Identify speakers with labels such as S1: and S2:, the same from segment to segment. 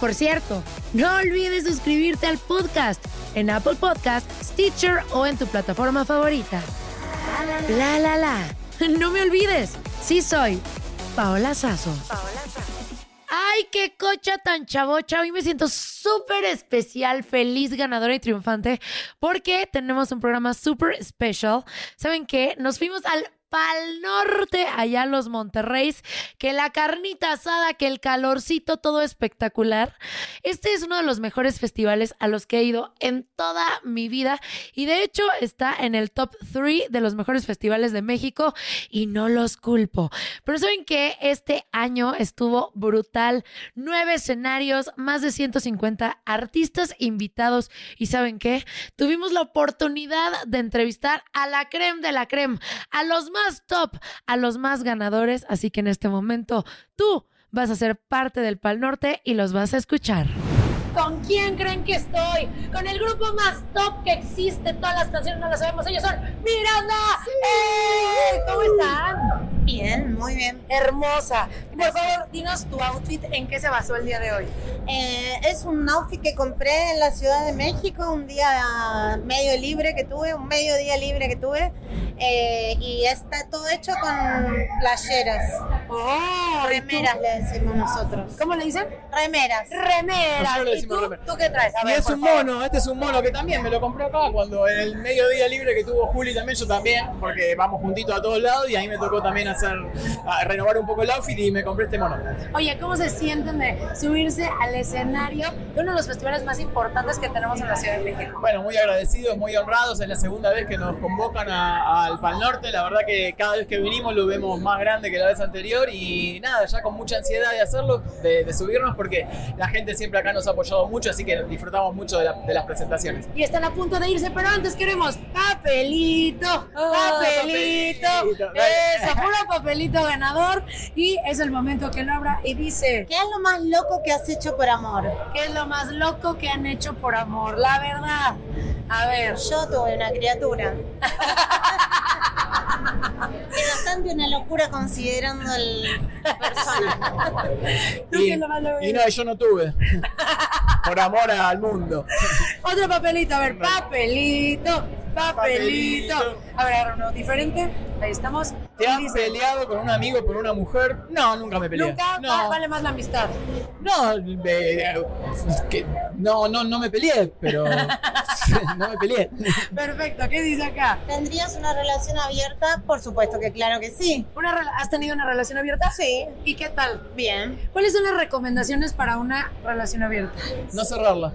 S1: Por cierto, no olvides suscribirte al podcast en Apple Podcast, Stitcher o en tu plataforma favorita. La la la. No me olvides, sí soy Paola Sazo. ¡Ay, qué cocha tan chavocha! Hoy me siento súper especial, feliz, ganadora y triunfante porque tenemos un programa súper especial. ¿Saben qué? Nos fuimos al Pal Norte, allá a los Monterreys, que la carnita asada, que el calorcito, todo espectacular. Este es uno de los mejores festivales a los que he ido en toda mi vida y de hecho está en el top 3 de los mejores festivales de México y no los culpo. Pero saben que este año estuvo brutal, nueve escenarios, más de 150 artistas invitados y saben qué, tuvimos la oportunidad de entrevistar a la creme de la creme, a los más top, a los más ganadores, así que en este momento tú vas a ser parte del Pal Norte y los vas a escuchar.
S2: ¿Con quién creen que estoy? Con el grupo más top que existe. Todas las canciones no las sabemos. Ellos son Miranda. ¡Eh! ¿Cómo están?
S3: Ah, Bien, muy bien.
S2: Hermosa. Por favor, dinos tu outfit. ¿En qué se basó el día de hoy?
S3: Eh, es un outfit que compré en la Ciudad de México, un día medio libre que tuve, un medio día libre que tuve. eh, y está todo hecho con playeras.
S2: ¡Oh! ¿y tú?
S3: Remeras le decimos nosotros.
S2: ¿Cómo le dicen?
S3: Remeras.
S2: Remera.
S4: Nosotros le
S2: ¿Y
S4: decimos
S2: tú?
S4: remera.
S2: ¿Tú qué traes? A
S4: Y
S2: ver,
S4: es
S2: por
S4: un
S2: favor.
S4: mono, este es un mono que también me lo compré acá cuando en el mediodía libre que tuvo Juli también, yo también, porque vamos juntitos a todos lados y ahí me tocó también hacer, a renovar un poco el outfit y me compré este mono.
S2: Oye, ¿cómo se sienten de subirse al escenario de uno de los festivales más importantes que tenemos en la Ciudad de México?
S4: Bueno, muy agradecidos, muy honrados, es la segunda vez que nos convocan a- al Pal Norte, la verdad que cada vez que venimos lo vemos más grande que la vez anterior y nada, ya con mucha ansiedad de hacerlo, de, de subirnos, porque la gente siempre acá nos ha apoyado mucho, así que disfrutamos mucho de la- de las presentaciones.
S2: y están a punto de irse, pero antes queremos papelito,
S4: Ah,
S2: papelito,
S4: papelito, dale.
S2: eso, puro papelito ganador y es el momento que lo abra y dice
S3: ¿Qué es lo más loco que has hecho por amor?
S2: ¿Qué es lo más loco que han hecho por amor? La verdad. A ver,
S3: Yo tuve una criatura. es bastante una locura considerando el personaje.
S2: ¿tú qué es lo más loco?
S4: y no, yo no tuve. Por amor al mundo.
S2: Otro papelito, a ver, papelito, papelito.
S4: Papelito.
S2: A ver, agarra uno diferente. Ahí estamos.
S4: ¿Te
S2: Y
S4: has
S2: dice,
S4: peleado con un amigo, por una mujer? No, nunca me peleé.
S2: Nunca va-
S4: no,
S2: vale más la amistad.
S4: no, eh, es que- no, no, no me peleé, pero no me peleé.
S2: Perfecto, ¿qué dice acá?
S3: ¿Tendrías una relación abierta? Por supuesto que claro que sí.
S2: Una rela- ¿Has tenido una relación abierta? Sí. ¿Y qué tal?
S3: Bien.
S2: ¿Cuáles son las recomendaciones para una relación abierta?
S4: No cerrarla.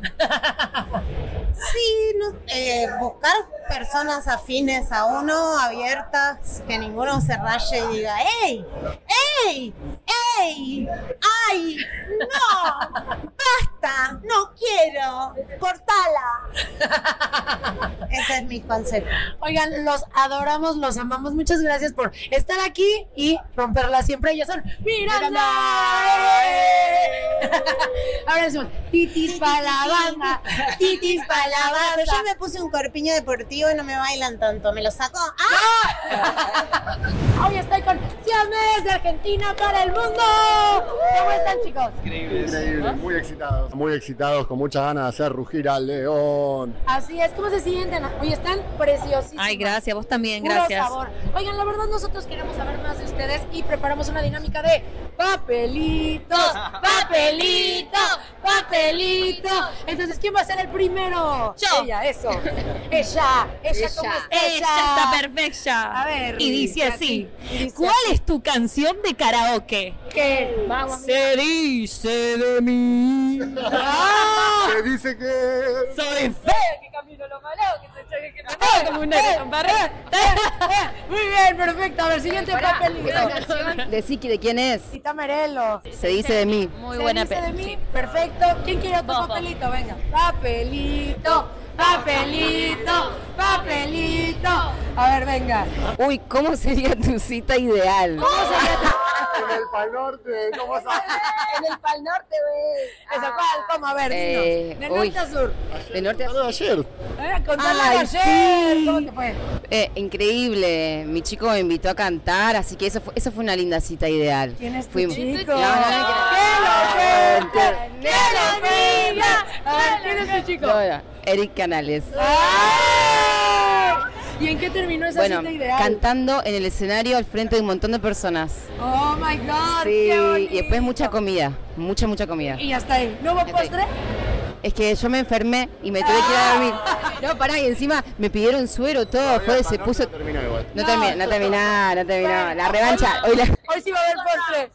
S3: Sí, no, eh, buscar personas afines a uno, abiertas, que ninguno se raye y diga, ¡Ey! ¡Ey! ¡Ey! ¡Ay! ¡No! ¡Basta! ¡No quiero! ¡Cortala! Ese es mi concepto.
S1: Oigan, los adoramos, los amamos. Muchas gracias por este estar aquí y romperla siempre. Ellos son Miranda.
S4: eh".
S1: Ahora decimos titis para la banda, titis para la
S3: Pero yo
S1: banda.
S3: me puse un corpiño deportivo y no me bailan tanto. ¿Me lo ¡Ah! saco? ¡Ah!
S1: Hoy estoy con Siames de Argentina para el mundo. ¿Cómo están, chicos?
S3: ¿Ah?
S5: Increíble, muy excitados. Muy excitados, con muchas ganas de hacer rugir al león.
S1: Así es, ¿cómo se sienten? Hoy están preciosísimos.
S6: Ay, gracias, vos también,
S1: Puro
S6: gracias.
S1: sabor. Oigan, la verdad nosotros queremos saber más de ustedes y preparamos una dinámica de papelitos, papelito, papelito. Entonces, ¿quién va a ser el primero?
S6: Yo.
S1: Ella, eso. Ella, ella, ¿cómo está?
S6: Ella está perfecta.
S1: A ver,
S6: Y dice así.
S1: aquí, y dice
S6: ¿Cuál
S1: así.
S6: es tu canción de karaoke?
S1: ¿Qué? Vamos.
S6: Se dice de mí.
S1: Ah.
S5: Que dice que.
S6: Soy fe.
S1: Que camino lo malo, que se choque, que se como una Eh, Muy bien, perfecto. A ver, siguiente papelito.
S7: Decí que- de quién es.
S1: Tita Merelo.
S7: Se dice de mí.
S6: Muy
S1: Se
S6: buena
S1: dice de
S6: peli.
S1: mí, perfecto. ¿Quién quiere otro
S6: Vos, vos.
S1: papelito? Venga. Papelito, papelito, papelito. A ver, venga.
S7: Uy, ¿cómo sería tu cita ideal?
S5: En el pal norte, ¿cómo
S1: en el Pal Norte, güey. ¿Esa cuál? ¿Cómo? A ver, dinos.
S7: Ah, Eh,
S1: De
S7: uy.
S1: norte a sur.
S7: De norte a
S5: Habló ayer.
S1: Eh, contala
S7: Ay,
S1: ayer.
S7: sí.
S1: ¿Cómo te fue?
S7: Eh, increíble. Mi chico me invitó a cantar, así que esa fue, esa fue una linda cita ideal.
S1: ¿Quién es tu
S7: Fuimos-
S1: chico?
S7: No, no,
S1: ¡Que lo
S7: no,
S1: cuente!
S7: no,
S1: ¡Que lo diga! A ver, ¿quién es tu chico?
S7: Ah, no, no, Eric Canales.
S1: ¡Ay! ¿Y en qué terminó esa
S7: Bueno,
S1: cita ideal?
S7: cantando en el escenario al frente de un montón de personas.
S1: Oh my god,
S7: Sí,
S1: qué bonito.
S7: y después mucha comida, mucha, mucha comida.
S1: Y hasta ahí. ¿No hubo
S7: Ya está ahí.
S1: postre?
S7: Es que yo me enfermé y me tuve que ir a dormir. No, pará, y encima me pidieron suero, todo, fue, se puso...
S5: No terminó igual.
S7: No terminó, no terminó, no terminó. La revancha, hoy la...
S1: Hoy sí va a haber postre.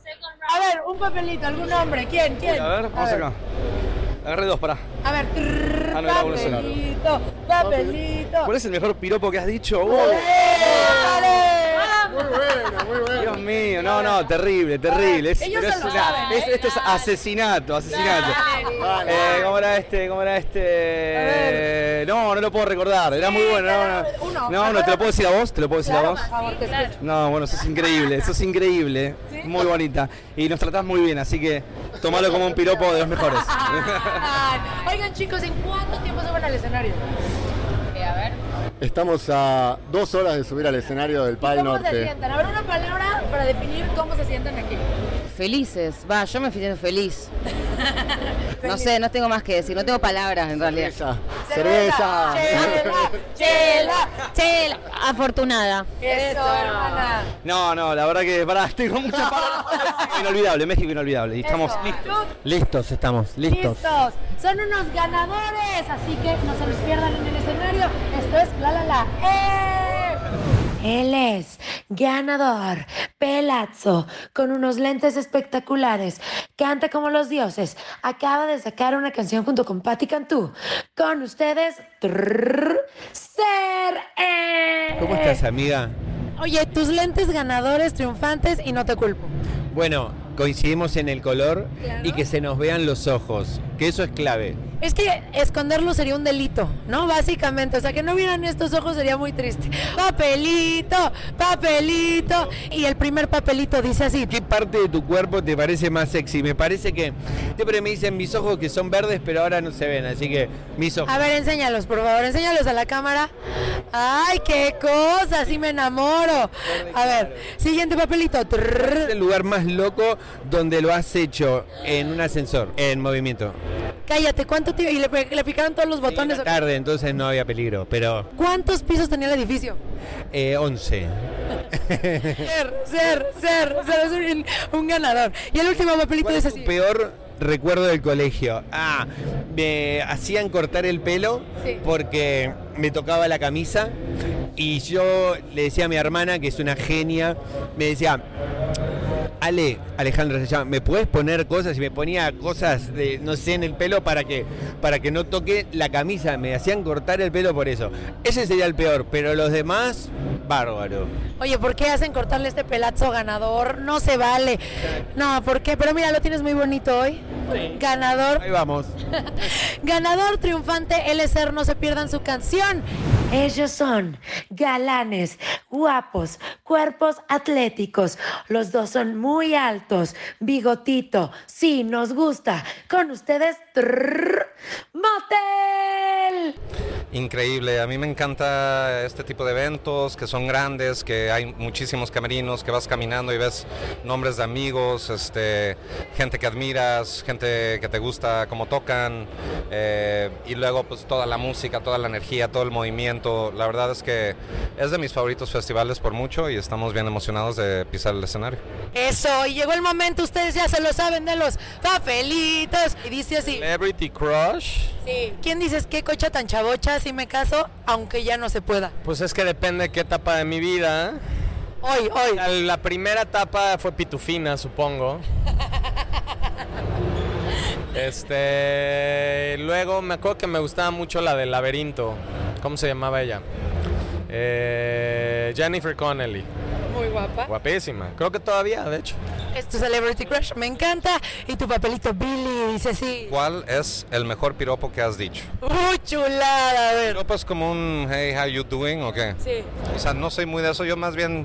S1: A ver, un papelito, algún nombre. ¿Quién? ¿Quién?
S8: A ver, vamos acá. Agarré dos, pará.
S1: A ver, trrr,
S8: Ah, no, era uno solo.
S1: papelito, papelito.
S8: ¿Cuál es el mejor piropo que has dicho? ¡Uh!
S1: ¡Dale!
S5: Muy bueno, muy bueno.
S8: Dios mío, no, no, terrible, terrible. Es,
S1: Ellos
S8: pero
S1: se
S8: es
S1: lo
S8: una-
S1: saben,
S8: es- esto es asesinato, asesinato.
S5: Dale.
S8: Eh, ¿Cómo era este? ¿Cómo era este? No, no lo puedo recordar. Era muy bueno. No,
S1: uno.
S8: no, no, no te lo puedo decir a vos, te lo puedo decir a vos.
S1: Por favor, te escucho.
S8: No, bueno, sos increíble, sos increíble. Muy bonita. Y nos tratás muy bien, así que tomalo como un piropo de los mejores.
S1: Ay, Oigan, chicos, ¿en cuánto tiempo se van al escenario?
S5: Estamos a dos horas de subir al escenario del Pal
S1: ¿Cómo se
S5: Norte.
S1: sientan? A ver, una palabra para definir cómo se sienten aquí.
S7: Felices, va, yo me siento feliz. No sé, no tengo más que decir, no tengo palabras en realidad.
S5: Cerveza. Cerveza.
S1: Chela, chela.
S6: Che, afortunada.
S1: Eso, hermana.
S8: No, no, la verdad que pará, tengo mucha palabra. Inolvidable, México inolvidable. Y estamos
S1: Eso.
S8: listos.
S1: Tú
S8: Listos, estamos,
S1: Listos. Son unos ganadores, así que no se los pierdan en el escenario. Esto es La La La. ¡Eh! Él es ganador, pelazo, con unos lentes espectaculares, canta como los dioses, acaba de sacar una canción junto con Patti Cantú. Con ustedes, trrr, Ser eh.
S9: ¿Cómo estás, amiga?
S1: Oye, tus lentes ganadores, triunfantes y no te culpo.
S9: Bueno, coincidimos en el color
S1: Claro.
S9: y que se nos vean los ojos, que eso es clave.
S1: Es que esconderlo sería un delito, ¿no? Básicamente, o sea, que no vieran estos ojos sería muy triste. Papelito, papelito. Y el primer papelito dice así.
S9: ¿Qué parte de tu cuerpo te parece más sexy? Me parece que siempre me dicen mis ojos que son verdes, pero ahora no se ven, así que mis ojos.
S1: A ver, enséñalos, por favor, enséñalos a la cámara. ¡Ay, qué cosa! Sí me enamoro. A ver, siguiente papelito. Trrr.
S9: Este Es el lugar más loco donde lo has hecho en un ascensor, en movimiento.
S1: Cállate, ¿cuánto tiempo? Y le, pe- le picaron todos los botones.
S9: Era tarde, entonces no había peligro, pero
S1: ¿Cuántos pisos tenía el edificio?
S9: eh, 11.
S1: Ser, ser, ser, ser, es un, un ganador. Y el último papelito
S9: ¿Cuál
S1: dice
S9: es tu
S1: así.
S9: peor recuerdo del colegio? Ah, me hacían cortar el pelo
S1: Sí.
S9: porque me tocaba la camisa y yo le decía a mi hermana, que es una genia, me decía, Ale, Alejandra se llama, ¿me puedes poner cosas? Y me ponía cosas, de, no sé, en el pelo para que, para que no toque la camisa. Me hacían cortar el pelo por eso. Ese sería el peor, pero los demás, bárbaro.
S10: Oye, ¿por qué hacen cortarle este pelazo ganador? No se vale. No, ¿por qué? Pero mira, lo tienes muy bonito hoy. Ganador.
S9: Ahí vamos.
S10: Ganador triunfante LSR, no se pierdan su canción.
S1: Ellos son galanes, guapos, cuerpos atléticos. Los dos son muy altos. Bigotito, sí, nos gusta. Con ustedes, trrr, Motel.
S11: Increíble, a mí me encanta este tipo de eventos que son grandes, que hay muchísimos camerinos, que vas caminando y ves nombres de amigos, este, gente que admiras, gente que te gusta cómo tocan, eh, y luego pues toda la música, toda la energía, todo el movimiento. La verdad es que es de mis favoritos festivales por mucho y estamos bien emocionados de pisar el escenario.
S10: Eso, y llegó el momento, ustedes ya se lo saben de los papelitos. Y dice así.
S12: Celebrity Crush.
S10: Sí. ¿Quién dices qué cocha tan chavocha si me caso, aunque ya no se pueda?
S12: Pues es que depende qué etapa de mi vida.
S10: Hoy, hoy.
S12: La, la primera etapa fue pitufina, supongo. este. Luego me acuerdo que me gustaba mucho la del laberinto. ¿Cómo se llamaba ella? Eh, Jennifer Connelly.
S10: Muy guapa.
S12: Guapísima. Creo que todavía, de hecho.
S10: Es tu celebrity crush, me encanta. Y tu papelito Billy dice así.
S11: ¿Cuál es el mejor piropo que has dicho?
S10: ¡Uh, chulada! A ver.
S11: ¿Piropo es como un hey, how you doing o qué?
S10: Sí.
S11: O sea, no soy muy de eso, yo más bien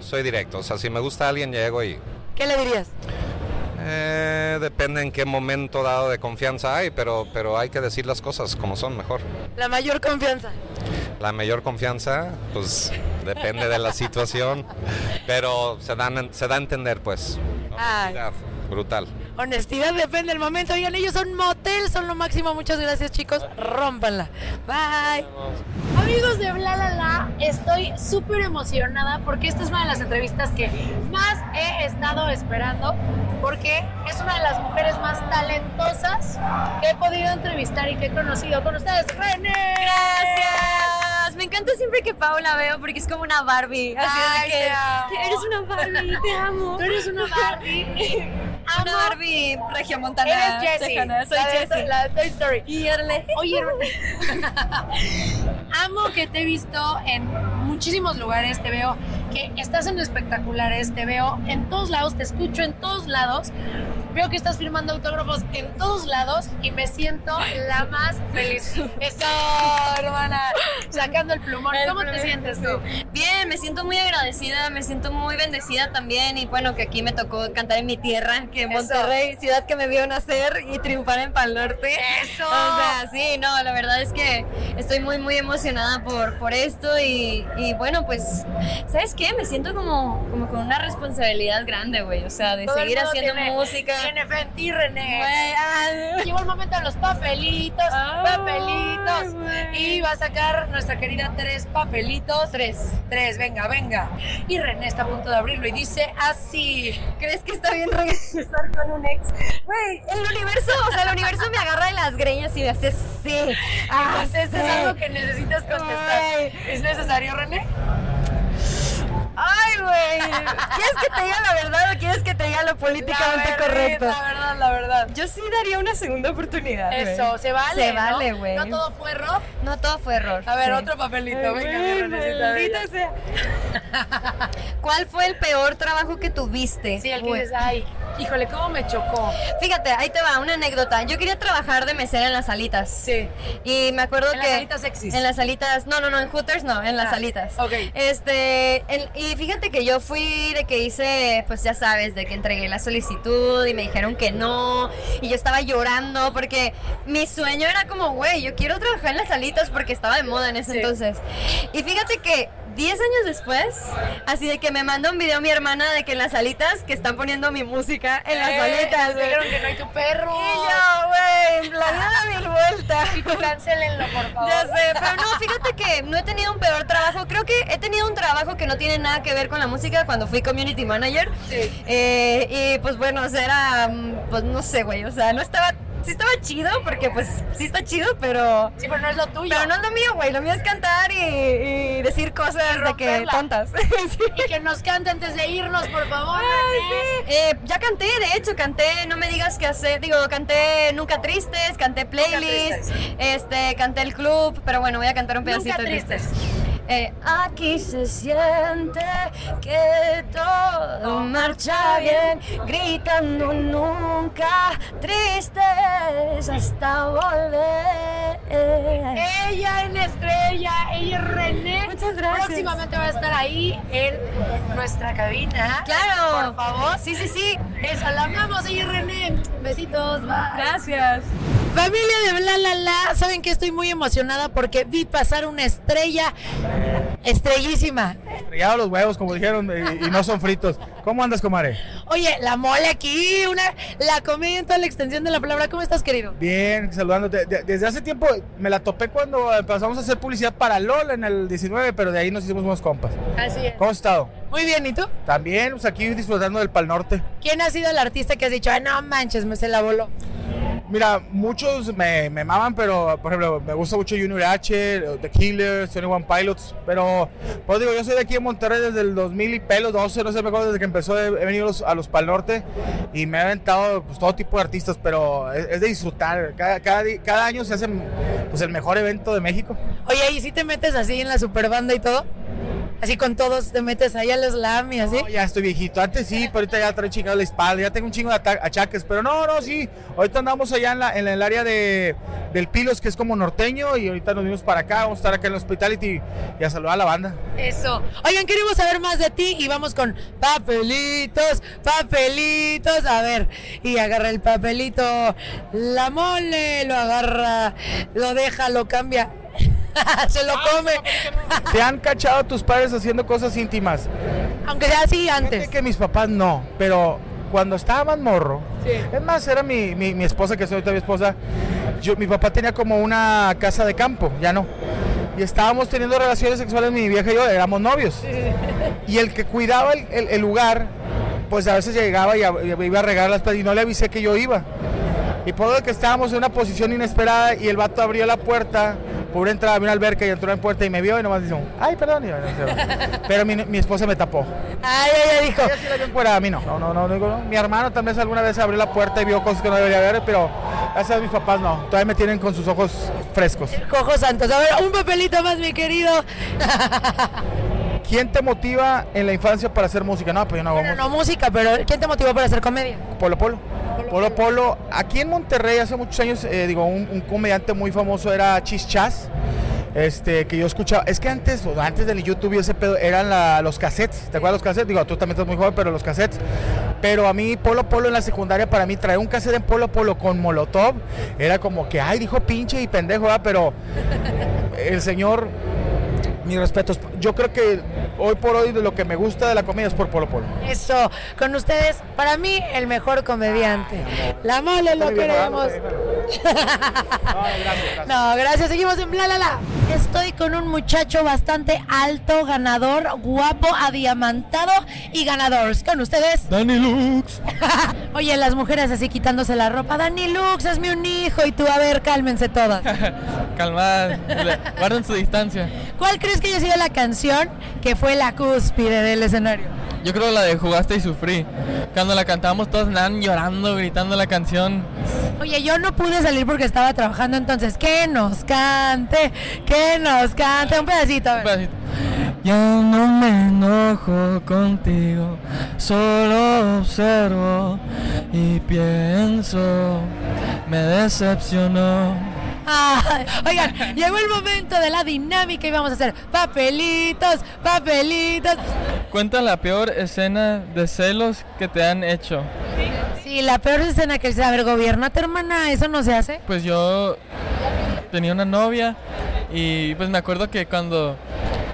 S11: soy directo. O sea, si me gusta alguien, llego y.
S10: ¿Qué le dirías?
S11: Eh, depende en qué momento dado de confianza hay, pero, pero hay que decir las cosas como son mejor.
S10: La mayor confianza.
S11: La mayor confianza, pues depende de la situación, pero se, dan, se da a entender, pues.
S10: Ay.
S11: Honestidad, brutal.
S10: Honestidad depende del momento. Oigan, ellos son motel, son lo máximo. Muchas gracias, chicos. Rómpanla. Bye.
S1: Amigos de Bla La La, estoy súper emocionada porque esta es una de las entrevistas que más he estado esperando porque es una de las mujeres más talentosas que he podido entrevistar y que he conocido con ustedes. ¡René!
S13: Gracias. Me encanta siempre que Pau la veo porque es como una Barbie. Así
S10: Ay,
S13: de que,
S10: te amo.
S13: que eres una Barbie, te amo.
S1: Tú eres una Barbie.
S13: una Barbie regiomontana.
S1: Eres Jessie.
S13: tejana. Soy
S1: la de-
S13: Jessie.
S1: La de Toy Story.
S13: Y Erle.
S1: Oye, amo que te he visto en muchísimos lugares, te veo que estás en espectaculares, te veo en todos lados, te escucho en todos lados, veo que estás firmando autógrafos en todos lados y me siento la más feliz. Eso, hermana, sacando el plumón.
S13: El
S1: ¿Cómo te
S13: plumón,
S1: sientes tú?
S13: Bien, me siento muy agradecida, me siento muy bendecida también y bueno, que aquí me tocó cantar en mi tierra, que en
S1: Eso.
S13: Monterrey, ciudad que me vio nacer y triunfar en Pal Norte.
S1: Eso.
S13: O sea, sí, no, la verdad es que estoy muy, muy emocionada por, por esto y, y, bueno, pues, ¿sabes qué? Me siento como, como con una responsabilidad grande, güey, o sea, de
S1: Todo el
S13: seguir
S1: mundo
S13: haciendo
S1: tiene-
S13: música.
S1: Tiene fe en ti, René.
S13: Güey, ah.
S1: Llegó el momento de los papelitos, papelitos. Y va a sacar nuestra querida tres papelitos. Tres. Tres, venga, venga. Y René está a punto de abrirlo y dice así.
S13: ¿Crees que está bien regresar con un ex? Güey, el universo, o sea, el universo me agarra de las greñas y me hace sí. Ah,
S1: Entonces
S13: sí.
S1: es algo que necesitas contestar.
S13: Ay.
S1: ¿Es necesario, René?
S13: Ay, güey. ¿Quieres que te diga la verdad o quieres que te diga lo políticamente
S1: La verdad,
S13: correcto?
S1: La verdad, la verdad.
S13: Yo sí daría una segunda oportunidad. güey.
S1: Eso, se vale.
S13: Se
S1: ¿no?
S13: vale, güey.
S1: No todo fue error.
S13: No todo fue error.
S1: A ver,
S13: sí.
S1: otro papelito.
S13: Ay,
S1: Venga,
S13: güey,
S1: mi Renecita
S13: maldita
S1: bella.
S13: sea. ¿Cuál fue el peor trabajo que tuviste?
S1: Sí, el que
S13: Güey.
S1: dices, ay, híjole, cómo me chocó.
S13: Fíjate, ahí te va una anécdota. Yo quería trabajar de mesera en las salitas.
S1: Sí.
S13: Y me acuerdo
S1: En
S13: que
S1: las salitas sexys.
S13: En las salitas, no, no, no, en Hooters no, en las
S1: Ah,
S13: salitas.
S1: ok.
S13: Este, en- y fíjate que yo fui de que hice, pues ya sabes, de que entregué la solicitud y me dijeron que no y yo estaba llorando porque mi sueño era como, güey, yo quiero trabajar en las salitas porque estaba de moda en ese entonces. Y fíjate que 10 años después, así de que me manda un video mi hermana de que en las salitas que están poniendo mi música en las
S1: Eh,
S13: salitas,
S1: Te
S13: güey.
S1: dijeron que no hay tu perro.
S13: Y yo, güey, en plan, a mil vueltas.
S1: Y tú cancelenlo, por favor.
S13: Ya sé, pero no, fíjate que no he tenido un peor trabajo. Creo que he tenido un trabajo que no tiene nada que ver con la música cuando fui community manager.
S1: Sí.
S13: Eh, y pues bueno, o sea, era, mm, pues no sé, güey, o sea, no estaba, sí estaba chido, porque pues sí está chido, pero...
S1: Sí, pero no es lo tuyo.
S13: Pero no es lo mío, güey, lo mío es cantar y, y decir cosas de que
S1: romperla.
S13: tontas.
S1: Y que nos cante antes de irnos, por favor.
S13: Eh, ya canté, de hecho, canté No me digas qué hacer. Digo, canté Nunca Tristes, canté Playlist, este, canté El Club, pero bueno, voy a cantar un
S14: Nunca
S13: pedacito de
S14: Tristes.
S13: Tristes. Eh, aquí se siente que todo marcha bien, gritando nunca tristes hasta volver.
S15: Ella es la estrella, ella es René. Muchas gracias. Próximamente va a estar ahí en nuestra cabina.
S13: Claro.
S15: Por favor.
S13: Sí, sí, sí.
S15: Eso, la amamos, ella es René. Besitos, bye.
S13: Gracias.
S1: Familia de Bla La La, saben que estoy muy emocionada porque vi pasar una estrella estrellísima.
S16: Estrellados los huevos, como dijeron, y, y no son fritos. ¿Cómo andas, comare?
S1: Oye, la mole aquí, una, la comedia en toda la extensión de la palabra. ¿Cómo estás, querido?
S16: Bien, saludándote. De- desde hace tiempo me la topé cuando empezamos a hacer publicidad para LOL en el 19, pero de ahí nos hicimos unos compas.
S1: Así es.
S16: ¿Cómo has estado?
S1: Muy bien, ¿y tú?
S16: También, pues aquí disfrutando del Pal Norte.
S1: ¿Quién ha sido el artista que has dicho, ay, no manches, me se la voló?
S16: Mira, muchos me, me maman, pero por ejemplo, me gusta mucho Junior H, The Killers, Sony One Pilots. Pero, pues digo, yo soy de aquí en Monterrey desde el 2000 y pelos, 12, no sé, me acuerdo, desde que empezó. He he venido a los, a los Pal Norte y me he aventado pues, todo tipo de artistas, pero es, es de disfrutar. Cada, cada, di- cada año se hace pues, el mejor evento de México.
S1: Oye, ¿y si te metes así en la superbanda y todo? Así con todos, te metes ahí al slam y así.
S16: No, ya estoy viejito. Antes sí, pero ahorita ya traigo chingado la espalda, ya tengo un chingo de ata- achaques. Pero no, no, sí. Ahorita andamos allá en, la- en la- en el área de, del Pilos, que es como norteño, y ahorita nos vimos para acá. Vamos a estar acá en el Hospitality y a saludar a la banda.
S1: Eso. Oigan, queremos saber más de ti y vamos con papelitos, papelitos. A ver, y agarra el papelito. La mole lo agarra, lo deja, lo cambia. Se lo come.
S16: ¿Te han cachado tus padres haciendo cosas íntimas?
S1: Aunque sea así antes.
S16: que mis papás no, pero cuando estaba más morro, es más, era mi, mi- mi esposa, que soy ahorita mi esposa, yo, mi papá tenía como una casa de campo, ya no. Y estábamos teniendo relaciones sexuales, mi vieja y yo, éramos novios. Y el que cuidaba el, el- el lugar, pues a veces llegaba y, a- y iba a regar las plantas y no le avisé que yo iba. Y por lo que estábamos en una posición inesperada y el vato abrió la puerta, por una entrada, abrió una alberca y entró en puerta y me vio y nomás dijo, ay, perdón. y yo, no sé. Pero mi, mi esposa me tapó.
S1: Ay, ella dijo.
S16: Ella sí la vio en fuera, a mí no. No, no, no, digo, no. Mi hermano tal vez alguna vez abrió la puerta y vio cosas que no debería ver, pero gracias a mis papás no. Todavía me tienen con sus ojos frescos.
S1: Cojo Santos. A ver, un papelito más, mi querido.
S16: ¿Quién te motiva en la infancia para hacer música? No, pues yo no hago
S1: Bueno, no música, pero ¿quién te motivó para hacer comedia?
S16: Polo Polo. Polo Polo. Aquí en Monterrey hace muchos años, eh, digo, un, un comediante muy famoso era Chis Chas. Este, que yo escuchaba, es que antes, o antes del YouTube y ese pedo, eran la- los cassettes, ¿te acuerdas los cassettes? Digo, tú también estás muy joven, pero los cassettes. Pero a mí, Polo Polo en la secundaria, para mí, traer un cassette en Polo Polo con Molotov, era como que, ay, dijo pinche y pendejo, ¿verdad? pero el señor, mis respetos, yo creo que hoy por hoy de lo que me gusta de la comedia es por Polo Polo.
S1: Eso, con ustedes, para mí, el mejor comediante. La mole lo queremos.
S15: ¿eh?
S1: No, gracias. Seguimos en bla la la.
S14: Estoy con un muchacho bastante alto, ganador, guapo, adiamantado y ganador. Con ustedes.
S16: Dani Lux.
S1: Oye, las mujeres así quitándose la ropa. Dani Lux, hazme un hijo. Y tú, a ver, cálmense todas.
S17: Calmad, guarden su distancia.
S1: ¿Cuál crees que haya sido la canción que fue la cúspide del escenario?
S17: Yo creo la de Jugaste y Sufrí. Cuando la cantamos todos andaban llorando, gritando la canción.
S1: Oye, yo no pude salir porque estaba trabajando, entonces que nos cante, que nos cante un pedacito. a ver.
S17: Ya no me enojo contigo, solo observo y pienso. Me decepcionó.
S1: Ay, oigan, llegó el momento de la dinámica y vamos a hacer papelitos, papelitos.
S17: Cuenta la peor escena de celos que te han hecho.
S1: Sí, la peor escena que dice, a ver, gobiernate, hermana, eso no se hace.
S17: Pues yo tenía una novia y pues me acuerdo que cuando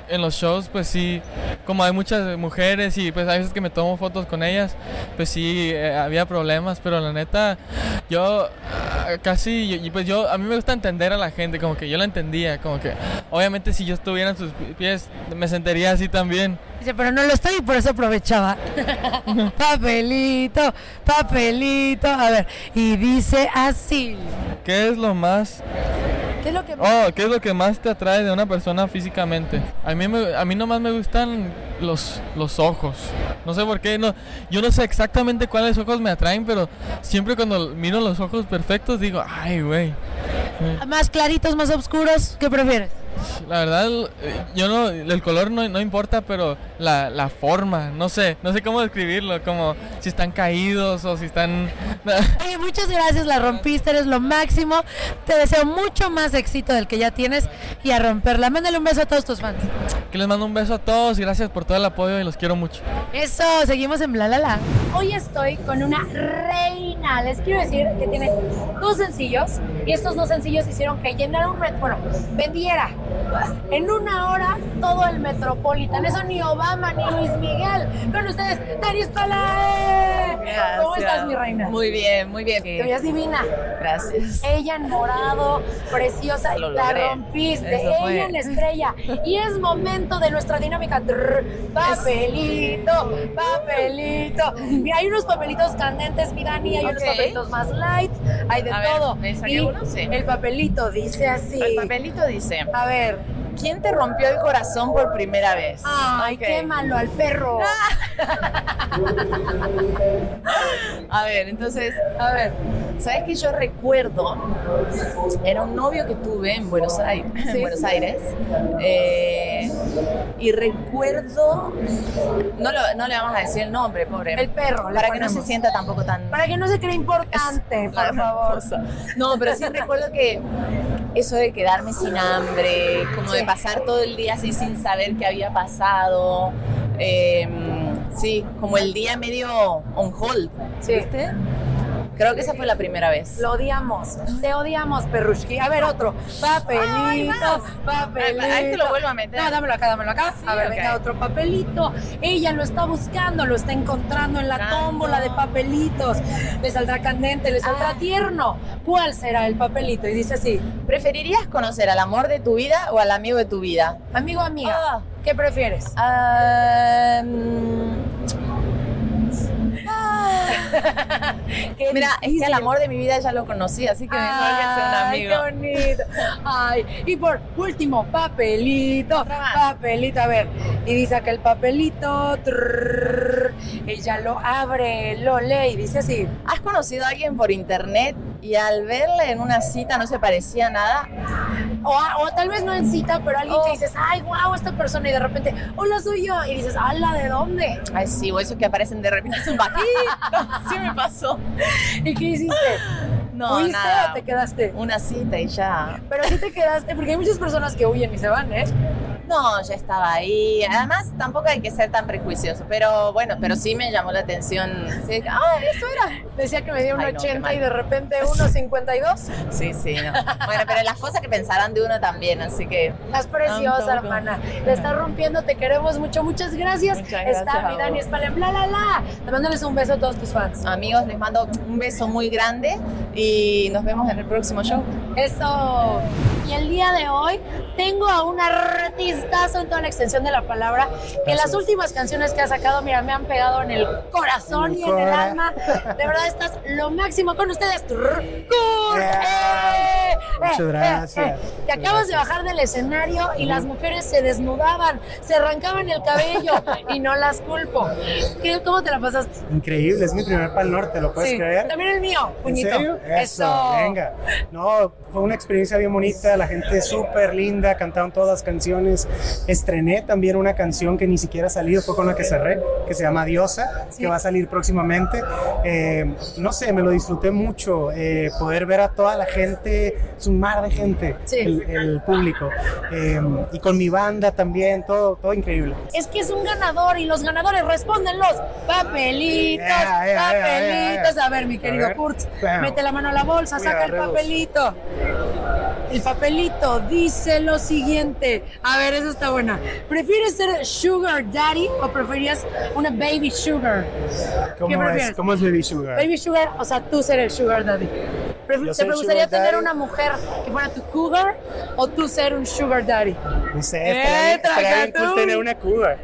S17: en los shows pues sí, como hay muchas mujeres y pues hay veces que me tomo fotos con ellas, pues sí eh, había problemas, pero la neta yo ah, casi y- y pues yo a mí me gusta entender a la gente, como que yo la entendía, como que obviamente si yo estuviera en sus pi- pies me sentiría así también.
S1: Dice, pero no lo estoy y por eso aprovechaba. papelito, papelito, a ver. Y dice así.
S17: ¿Qué es lo más
S10: ¿Qué es lo que
S17: Oh, ¿qué es lo que más te atrae de una persona físicamente? A mí, me- a mí nomás me gustan los, los ojos. No sé por qué, no, yo no sé exactamente cuáles ojos me atraen, pero siempre cuando miro los ojos perfectos digo, ay, güey.
S10: ¿Más claritos, más oscuros? ¿Qué prefieres?
S17: La verdad, eh, yo no, el color no, no importa, pero la, la forma, no sé, no sé cómo describirlo, como si están caídos o si están...
S10: Oye, muchas gracias, la rompiste, eres lo máximo. Te deseo mucho más éxito del que ya tienes y a romperla. Mándale un beso a todos tus fans.
S17: Que les mando un beso a todos y gracias por todo el apoyo y los quiero mucho.
S10: Eso, seguimos en Bla La La.
S1: Hoy estoy con una reina. Les quiero decir que tiene dos sencillos y estos dos sencillos hicieron que llenara un metro, bueno, vendiera en una hora todo el Metropolitan. Eso ni Obama ni Luis Miguel. Con ustedes, Daris Palae. ¿Cómo estás, mi reina?
S18: Muy bien, muy bien.
S1: Te veías divina.
S18: Gracias.
S1: Ella en morado, preciosa,
S18: Lo
S1: la
S18: logré.
S1: rompiste.
S18: Eso fue.
S1: Ella en estrella. Y es momento de nuestra dinámica. Trrr, Papelito, papelito. Mira, hay unos papelitos candentes, mi Dani, hay unos
S18: Ok.
S1: papelitos más light, hay de
S18: A ver,
S1: todo.
S18: ¿me saqué
S1: y
S18: uno? Sí.
S1: el papelito dice así.
S18: El papelito dice.
S1: A ver.
S18: ¿Quién te rompió el corazón por primera vez?
S1: Ay,
S18: Ok.
S1: quémalo al perro.
S18: Ah. A ver, entonces, a ver, ¿sabes que yo recuerdo? Era un novio que tuve en Buenos Aires,
S1: Sí.
S18: en Buenos Aires eh, y recuerdo, no, lo- no le vamos a decir el nombre, pobre.
S1: El perro, le
S18: Para que no se
S1: ponemos.
S18: sienta tampoco tan...
S1: Para que no se crea importante, por favor.
S18: No, pero sí recuerdo que eso de quedarme sin hambre, como de pasar todo el día así sin saber qué había pasado. eh, sí, como el día medio on hold. ¿Viste? Creo que esa fue la primera vez.
S1: Lo odiamos, te odiamos, perrushki. A ver, otro. Papelito, papelito.
S18: Ay, ay, que lo vuelvo a meter.
S1: No, dámelo acá, dámelo acá.
S18: Sí,
S1: a ver,
S18: ok.
S1: venga, otro papelito. Ella lo está buscando, lo está encontrando en la tómbola de papelitos. Le saldrá candente, le saldrá
S18: Ah.
S1: tierno. ¿Cuál será el papelito? Y dice así.
S18: ¿Preferirías conocer al amor de tu vida o al amigo de tu vida? Ah.
S1: Amigo, amiga, ¿qué prefieres?
S18: mm.
S1: Ah.
S18: Mira, es que el amor de mi vida ya lo conocí, así que mejor que sea un amigo.
S1: Ay, qué bonito. Ay, y por último, papelito, papelito, a ver, y dice que el papelito, trrr, ella lo abre, lo lee y dice así.
S18: ¿Has conocido a alguien por internet y al verle en una cita no se parecía a nada? Oh.
S1: O, o tal vez no en cita, pero alguien que dices, ay, wow, esta persona, y de repente, hola, soy yo, y dices, ala, ¿de dónde?
S18: Ay, sí, o eso que aparecen de repente, es un bajito, sí me pasó.
S1: ¿Y qué hiciste?
S18: No,
S1: ¿Fuiste
S18: nada.
S1: o te quedaste?
S18: Una cita y ya.
S1: Pero sí te quedaste, porque hay muchas personas que huyen y se van, ¿eh?
S18: No, ya estaba ahí. Además, tampoco hay que ser tan prejuicioso. Pero bueno, pero sí me llamó la atención. Sí, ah, eso era.
S1: Decía que me dio un
S18: Ay, no, qué
S1: 80
S18: mal.
S1: y de repente 1,52.
S18: Sí, sí, no. Bueno, pero las cosas que pensarán de uno también, así que.
S1: Estás preciosa,
S18: Tampoco.
S1: hermana. La estás rompiendo, te queremos mucho. Muchas gracias.
S18: gracias
S1: Está
S18: a
S1: mi Dani
S18: vos.
S1: Espalem. Bla, la, la. Te mandales un beso a todos tus fans.
S18: Amigos, les mando un beso muy grande y nos vemos en el próximo show.
S1: Eso. Y el día de hoy tengo a un artistazo en toda la extensión de la palabra. Que las últimas canciones que ha sacado, mira, me han pegado en el corazón y
S19: ¿eh?
S1: en el
S18: Cora.
S1: alma. De verdad, estás lo máximo con ustedes. Kurt. Eh,
S19: Muchas
S1: eh, eh,
S19: gracias.
S1: eh. Te acabas de bajar del escenario y las mujeres se desnudaban, se arrancaban el cabello y no las culpo. ¿Qué- ¿Cómo te la pasaste?
S19: Increíble, es mi primer Pal Norte, ¿lo puedes
S1: Sí.
S19: creer?
S1: También el mío,
S19: ¿En
S1: puñito.
S19: serio? Eso, venga. No, fue una experiencia bien bonita, la gente súper linda, cantaron todas las canciones. Estrené también una canción que ni siquiera ha salido, fue con la que cerré, que se llama Diosa, que va a salir próximamente. Eh, no sé, me lo disfruté mucho, eh, poder ver a toda la gente, es un mar de gente, el, el público. Eh, y con mi banda también, todo, todo increíble.
S1: Es que es un ganador y los ganadores responden los papelitos,
S19: Yeah, yeah, yeah,
S1: papelitos.
S19: yeah, yeah.
S1: A ver, mi
S19: A
S1: querido
S19: ver.
S1: Kurtz,
S19: Bam.
S1: mete la mano a la bolsa,
S19: Cuidado,
S1: saca el
S19: Redos.
S1: papelito. El papelito dice lo siguiente. A ver, esa está buena. ¿Prefieres ser sugar daddy o preferías una baby sugar? ¿Qué
S19: ¿Cómo es?
S1: prefieres?
S19: ¿Cómo es Baby Sugar?
S1: Baby sugar, o sea, tú ser el sugar daddy. Pref-
S19: Yo
S1: ¿Te
S19: soy un
S1: gustaría
S19: sugar
S1: tener
S19: daddy.
S1: una mujer que fuera tu cougar o tú ser un sugar daddy?
S19: No sé, estaría, bien-
S1: ¡Eh,
S19: estaría bien cool
S1: tracatún!
S19: tener una cuba.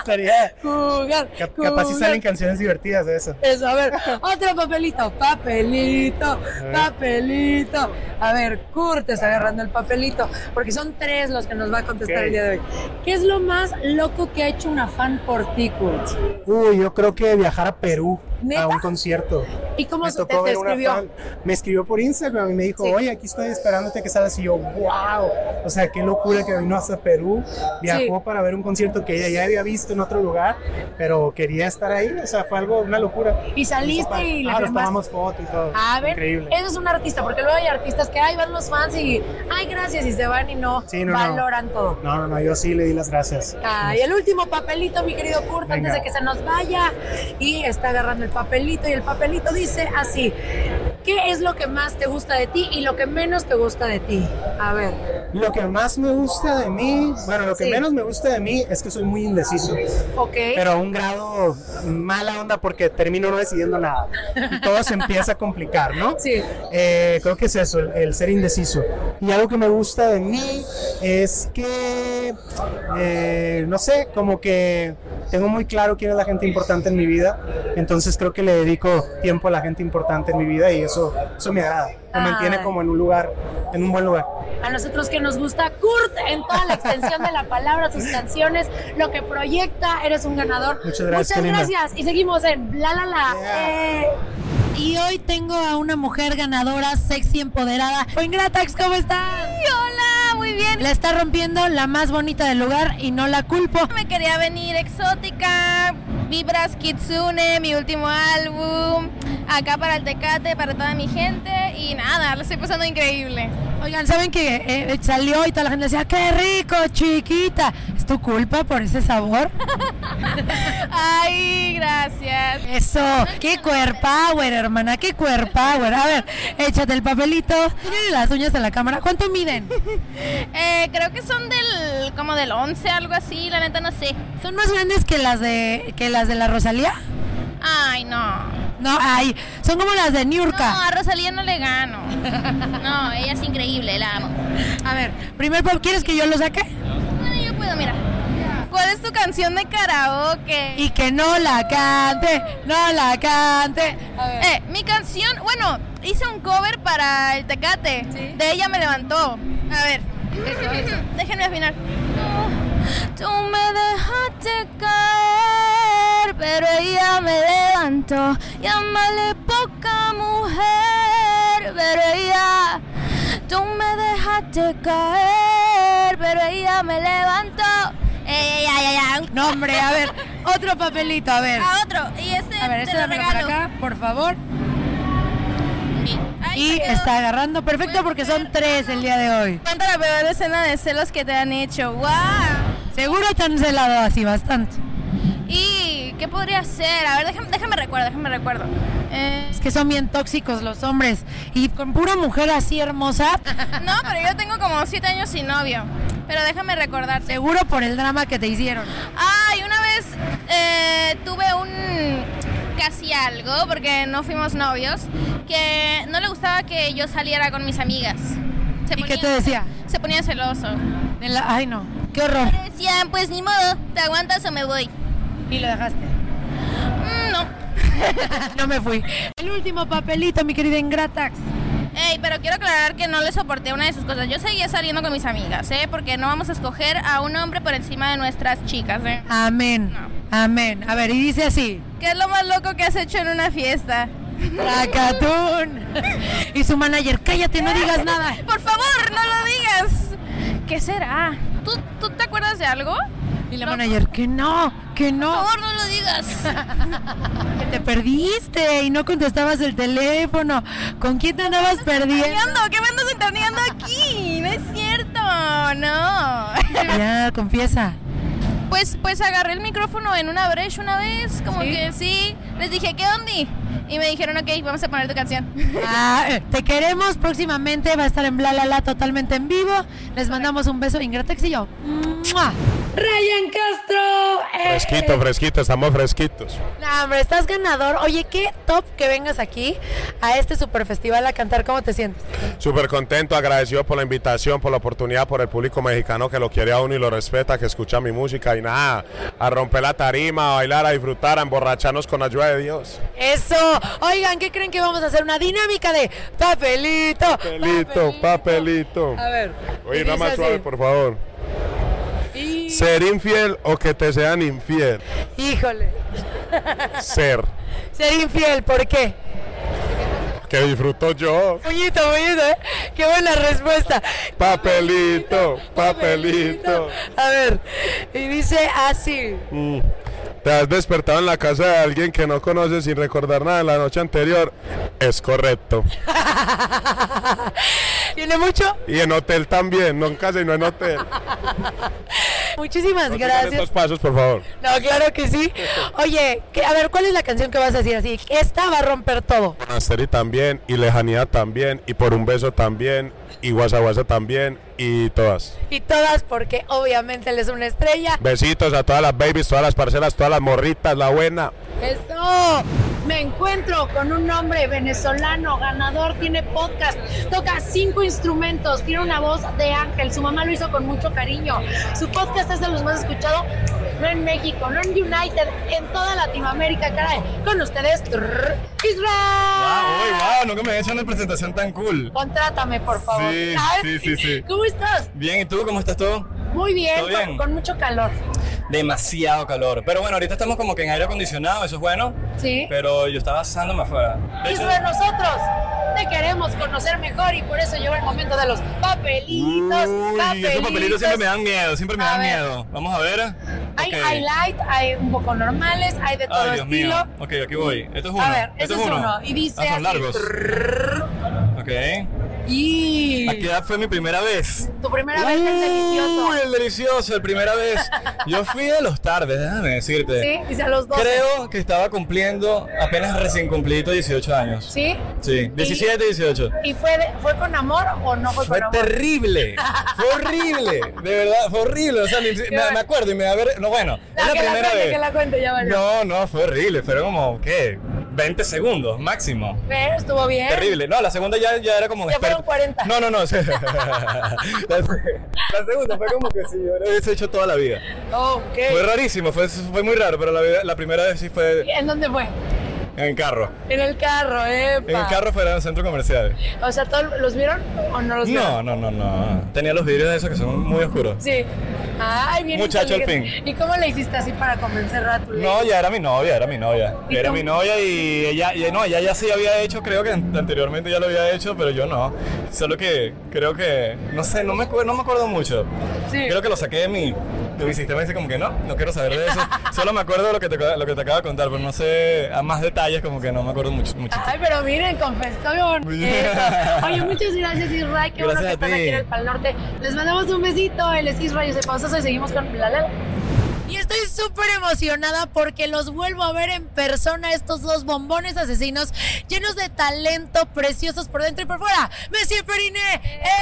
S19: estaría.
S1: Cougar.
S19: cap- capaz si
S1: cougar.
S19: salen canciones divertidas de eso.
S1: Eso, a ver, otro papelito, papelito, papelito. A ver, Kurt está agarrando el papelito, porque son tres los que nos va a contestar
S19: Ok.
S1: el día de hoy. ¿Qué es lo más loco que ha hecho una fan por ti, Kurt?
S19: Uy, yo creo que viajar a Perú
S1: ¿Neta?
S19: a un concierto.
S1: ¿Y cómo
S19: Me
S1: se- te-
S19: tocó
S1: te
S19: ver una
S1: escribió?
S19: fan- me escribió por Instagram y me dijo, oye, aquí estoy esperándote que salgas. Y yo, wow. O sea, qué locura que vino hasta Perú. Viajó para ver un concierto que ella ya había visto en otro lugar, pero quería estar ahí. O sea, fue algo, una locura.
S1: Y saliste
S19: Mis papás-
S1: y le
S19: Claro,
S1: firmaste.
S19: tomamos foto y todo.
S1: A ver,
S19: Increíble.
S1: eso es un artista, porque luego hay artistas que, ay, van los fans y, ay, gracias, y se van y no,
S19: Sí, no, no.
S1: valoran todo.
S19: No, no, no, yo sí le di las gracias.
S1: Ah, y el último papelito, mi querido Kurt, antes
S19: Venga.
S1: de que se nos vaya. Y está agarrando el papelito y el papelito dice así, ¿qué es lo que más te gusta de ti y lo que menos te gusta de ti? A ver.
S19: Lo que más me gusta de mí, bueno, lo que
S1: Sí.
S19: menos me gusta de mí es que soy muy indeciso.
S1: Ok.
S19: Pero a un grado mala onda porque termino no decidiendo nada. Y todo se empieza a complicar, ¿no? Eh,
S1: Sí.
S19: creo que es eso, el, el ser indeciso. Y algo que me gusta de mí es que, eh, no sé, como que tengo muy claro quién es la gente importante en mi vida. Entonces creo que le dedico tiempo a la gente importante en mi vida y eso, eso me agrada. Me mantiene
S1: Ay.
S19: como en un lugar, en un buen lugar.
S1: A nosotros que nos gusta Kurt en toda la extensión de la palabra, sus canciones, lo que proyecta, eres un ganador.
S19: Muchas
S1: Muchas
S19: gracias, qué linda.
S1: gracias. Y seguimos en Bla La La. Eh. Y hoy tengo a una mujer ganadora, sexy, empoderada. Ingratax, ¿cómo estás?
S15: hola, muy bien.
S1: La está rompiendo la más bonita del lugar y no la culpo.
S15: Me quería venir exótica, Vibras Kitsune, mi último álbum, acá para el Tecate, para toda mi gente y nada, lo estoy pasando increíble.
S1: Oigan, ¿saben que eh, salió y toda la gente decía, qué rico, chiquita? ¿Es tu culpa por ese sabor?
S15: Ay, gracias.
S1: Eso, qué cuerpower, hermana, qué cuerpower. A ver, échate el papelito. Tiene las uñas a la cámara. ¿Cuánto miden?
S15: Eh, creo que son del como del 11, algo así, la neta no sé.
S1: ¿Son más grandes que las de que las de la Rosalía?
S15: Ay, no.
S1: No, ay, son como las de
S15: No,
S1: Niurka.
S15: a Rosalía no le gano. No, ella es increíble, la amo.
S1: A ver, primer pop, ¿quieres que yo lo saque?
S15: No, yo puedo, mira. ¿Cuál es tu canción de karaoke?
S1: Y que no la cante, no la cante.
S15: Eh, mi canción, bueno, hice un cover para el Tecate. De ella me levantó. A ver, este déjenme afinar. Tú me dejaste caer, pero ella me levantó. Llámale poca mujer, pero ella. Tú me dejaste caer, pero ella me levantó. Ey, ey, ay, ay, ay.
S1: No, hombre, a ver, otro papelito, a ver.
S15: A otro. Y ese
S1: A ver,
S15: te
S1: este
S15: lo
S1: dámelo por
S15: regalo.
S1: acá, por favor. Y está agarrando perfecto porque son tres el día de hoy.
S15: Cuenta la peor escena de celos que te han hecho. ¡Wow!
S1: Seguro te han celado así bastante.
S15: ¿Y qué podría ser? A ver, déjame, déjame recuerdo, déjame recuerdo. Eh,
S1: Es que son bien tóxicos los hombres. Y con pura mujer así hermosa,
S15: no, pero yo tengo como siete años sin novio. Pero déjame recordarte.
S1: seguro por el drama que te hicieron.
S15: Ay, una vez eh, tuve un casi algo, porque no fuimos novios, que no le gustaba que yo saliera con mis amigas. Se
S1: ¿Y qué
S15: ponía-
S1: te decía?
S15: Se ponía celoso.
S1: De la- Ay, no. Qué horror.
S15: Me decían, pues ni modo, ¿te aguantas o me voy?
S1: Y lo dejaste.
S15: no.
S1: no me fui. El último papelito, mi querida Ingratax.
S15: Ey, pero quiero aclarar que no le soporté una de sus cosas. Yo seguía saliendo con mis amigas, ¿eh? Porque no vamos a escoger a un hombre por encima de nuestras chicas, ¿eh?
S1: Amén. Amén. A ver, y dice así.
S15: ¿Qué es lo más loco que has hecho en una fiesta?
S1: Tracatún. y su manager, cállate, no digas nada.
S15: Por favor, no lo digas. ¿Qué será? ¿Tú, tú te acuerdas de algo?
S1: Y la manager, que no, que
S15: Por
S1: no.
S15: favor, no lo digas.
S1: Que te perdiste y no contestabas el teléfono. ¿Con quién te andabas perdiendo?
S15: ¿Qué me andas entendiendo aquí? No es cierto, no.
S1: Ya, confiesa.
S15: Pues, pues agarré el micrófono en una brecha una vez, como que sí. Les dije, ¿qué ondi? Y me dijeron, ok, vamos a poner tu canción.
S1: Ah, eh, te queremos próximamente, va a estar en Bla La La totalmente en vivo. Les mandamos un beso, Ingratex y yo.
S20: Ryan Castro. eh.
S21: Fresquito, fresquito, estamos fresquitos.
S10: No, hombre, estás ganador. Oye, qué top que vengas aquí a este super festival a cantar. ¿Cómo te sientes?
S21: Súper contento, agradecido por la invitación, por la oportunidad, por el público mexicano que lo quiere a uno y lo respeta, que escucha mi música y nada, a romper la tarima, a bailar, a disfrutar, a emborracharnos con la ayuda de Dios.
S10: Eso. Oigan, ¿qué creen que vamos a hacer? Una dinámica de papelito.
S21: Papelito, papelito.
S10: A ver.
S21: Oye,
S10: dice
S21: nada más
S10: así.
S21: suave, por favor. Ser infiel o que te sean infiel.
S10: Híjole.
S21: Ser.
S10: Ser infiel, ¿por qué?
S21: Que disfruto yo.
S10: Puñito, puñito, ¿eh? Qué buena respuesta.
S21: Papelito, papelito.
S10: A ver, y dice así.
S21: Mm. Te has despertado en la casa de alguien que no conoces sin recordar nada de la noche anterior. Es correcto.
S10: ¿Tiene mucho?
S21: Y en hotel también, no en casa y no en hotel.
S10: Muchísimas
S21: Dale
S10: gracias.
S21: Dos pasos, por favor.
S10: No, claro que sí. Oye, que- a ver, ¿cuál es la canción que vas a decir así? Esta va a romper todo.
S21: Monasteri también, y lejanía también, y por un beso también, y guasaguasa también, y todas.
S10: Y todas porque obviamente él es una estrella.
S21: Besitos a todas las babies, todas las parcelas, todas las morritas, la buena.
S1: Eso. Me encuentro con un hombre venezolano, ganador, tiene podcast, toca cinco instrumentos, tiene una voz de ángel, su mamá lo hizo con mucho cariño. Su podcast es de los más escuchados, no en México, no en United, en toda Latinoamérica, caray. Con ustedes, trrr, Israel.
S22: wow, Ah, no que me hayas hecho una presentación tan cool.
S1: Contrátame, por favor.
S22: Sí,
S1: ¿Sabes?
S22: sí, sí, sí.
S1: ¿Cómo estás?
S22: Bien, ¿y tú cómo estás tú?
S1: Muy bien,
S22: ¿Todo bien?
S1: Con, con mucho calor.
S22: Demasiado calor. Pero bueno, ahorita estamos como que en aire acondicionado, eso es bueno.
S1: Sí.
S22: Pero yo estaba asándome afuera. De hecho,
S1: Israel, nosotros te queremos conocer mejor y por eso llegó el momento de los papelitos.
S22: uy, esos papelitos siempre me dan miedo, siempre me
S1: A
S22: dan
S1: ver.
S22: miedo. Vamos a ver.
S1: Hay
S22: Ok.
S1: highlight, hay un poco normales, hay de todo
S22: Ay, Dios
S1: estilo.
S22: mío. Ok, aquí voy. Esto es uno.
S1: A ver,
S22: esto
S1: ese es uno. Y dice
S22: Ah, son
S1: así,
S22: largos. Ok.
S1: Y
S22: ¿A qué edad fue mi primera vez?
S1: tu primera vez es delicioso.
S22: Uy, el delicioso, el primera vez. Yo fui de los tardes, déjame decirte.
S1: Sí, dice a los 12.
S22: Creo que estaba cumpliendo apenas recién cumplido 18 años.
S1: ¿Sí?
S22: Sí, 17, 18.
S1: ¿Y fue, de- fue con amor o no pues, fue,
S22: Fue
S1: con amor?
S22: terrible, fue horrible, de verdad, fue horrible. O sea, ni- me, me acuerdo y me da ver. No, bueno, es
S1: Ah,
S22: la
S1: que la
S22: primera
S1: cuente,
S22: vez.
S1: que la cuente, ya vale.
S22: No, no, fue horrible, fueron como, ¿qué? 20 segundos máximo.
S1: Pero estuvo bien.
S22: Terrible. No, la segunda ya, ya era como.
S1: Ya fueron 40.
S22: No, no, no. sí. la, la segunda fue como que sí, yo lo hubiese hecho toda la vida.
S1: Ok.
S22: Fue rarísimo, fue, fue muy raro, pero la, la primera vez sí fue
S1: ¿En dónde fue?
S22: en carro.
S1: En el carro, ¿eh?
S22: En el carro fuera de un centro comercial.
S1: O sea, ¿todos los vieron o no los vieron?
S22: No, no, no, no. Tenía los vidrios de esos que son muy oscuros.
S1: Sí. Ay, bien
S22: Muchacho al
S1: inteligente. ¿Y cómo le hiciste así para convencer a tu
S22: No, ya era mi novia, era mi novia.
S1: ¿Y
S22: Era
S1: cómo?
S22: mi novia y ella, y no, ella ya sí había hecho, creo que an- anteriormente ya lo había hecho, pero yo no. Solo que creo que, no sé, no me, acuer- no me acuerdo mucho. Creo que lo saqué de mi, de mi sistema y dice como que no, no quiero saber de eso. Solo me acuerdo de lo que te, acaba- lo que te acabo de contar, pero no sé, a más detalles como que no me acuerdo mucho. mucho.
S1: Ay, pero miren, confesión. Eso. Oye, muchas gracias, Israel. Qué bueno
S22: Gracias
S1: que
S22: a
S1: están
S22: ti.
S1: aquí en el Pal Norte. Les mandamos un besito. Él es Israel, yo soy Pausoso y seguimos con la la. La.
S10: Y estoy súper emocionada porque los vuelvo a ver en persona, estos dos bombones asesinos llenos de talento, preciosos por dentro y por fuera. Monsieur Periné,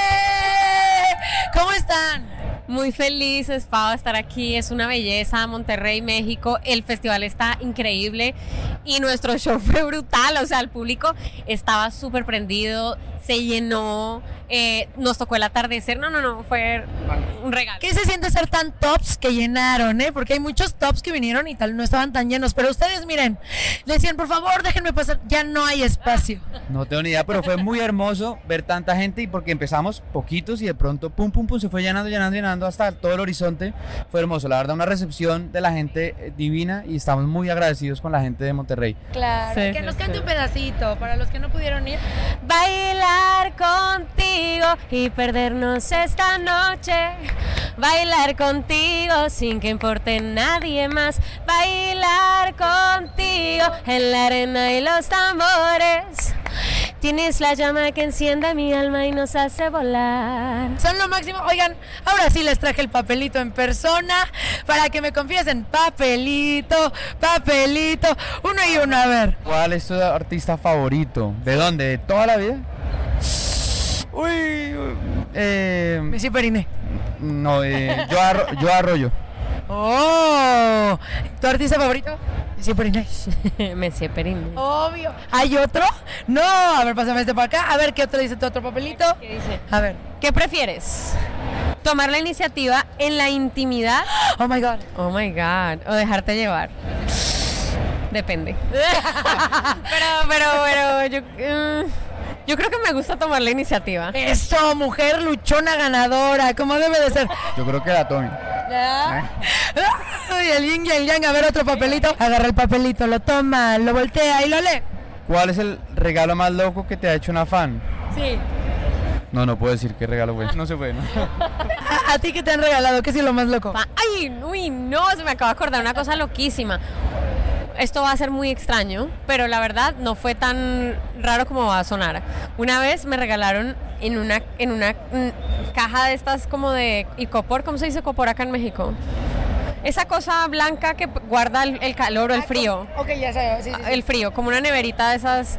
S10: ¡eh! ¿cómo están?
S14: Muy feliz, Espado, de estar aquí. Es una belleza, Monterrey, México. El festival está increíble y nuestro show fue brutal. O sea, el público estaba súper prendido, se llenó, eh, nos tocó el atardecer. No, no, no, fue un regalo.
S10: ¿Qué se siente ser tan tops que llenaron, eh? Porque hay muchos tops que vinieron y tal, no estaban tan llenos. Pero ustedes, miren, decían, por favor, déjenme pasar, ya no hay espacio.
S23: No tengo ni idea, pero fue muy hermoso ver tanta gente y porque empezamos poquitos y de pronto pum pum pum se fue llenando, llenando, llenando hasta todo el horizonte. Fue hermoso, la verdad una recepción de la gente eh, divina y estamos muy agradecidos con la gente de Monterrey.
S10: Claro,
S14: Sí,
S10: que
S14: sí,
S10: nos
S14: sí.
S10: cante un pedacito para los que no pudieron ir.
S14: Bailar contigo y perdernos esta noche. Bailar contigo sin que importe nadie más. Bailar contigo en la arena y los tambores. Tienes la llama que enciende mi alma y nos hace volar.
S10: Son lo máximo. Oigan, ahora sí les traje el papelito en persona para que me confiesen. Papelito, papelito, uno y uno, a ver.
S23: ¿Cuál es tu artista favorito? ¿De dónde? ¿De toda la vida? Uy, eh,
S10: Messi Periné.
S23: No, eh, yo, arro- yo arroyo.
S1: ¡Oh! ¿Tu artista favorito? Messi Perinés.
S14: Messi
S10: Oh,
S14: Perinés.
S1: Obvio. ¿Hay otro? No. A ver, pásame este para acá. A ver qué otro dice tu otro papelito. ¿Qué dice? A ver.
S14: ¿Qué prefieres? ¿Tomar la iniciativa en la intimidad?
S1: Oh my God.
S14: Oh my God. ¿O dejarte llevar? Depende. pero, pero, pero, yo, mm, yo creo que me gusta tomar la iniciativa.
S1: Eso, mujer luchona ganadora. ¿Cómo debe de ser?
S23: Yo creo que era Tommy.
S1: Ay, el yin y el yang. A ver, otro papelito. Agarra el papelito, lo toma, lo voltea y lo lee.
S23: ¿Cuál es el regalo más loco que te ha hecho una fan?
S1: Sí.
S23: No, no puedo decir qué regalo fue. No se puede, ¿no?
S1: ¿A, a ti qué te han regalado? ¿Qué es lo más loco?
S14: Pa- Ay, uy, no, se me acaba de acordar una cosa loquísima. Esto va a ser muy extraño, pero la verdad no fue tan raro como va a sonar. Una vez me regalaron en una, en una mm, caja de estas como de icopor, ¿cómo se dice copor acá en México? Esa cosa blanca que guarda el, el calor o el frío.
S1: Ok, ya sé. Sí, sí, sí.
S14: El frío, como una neverita de esas.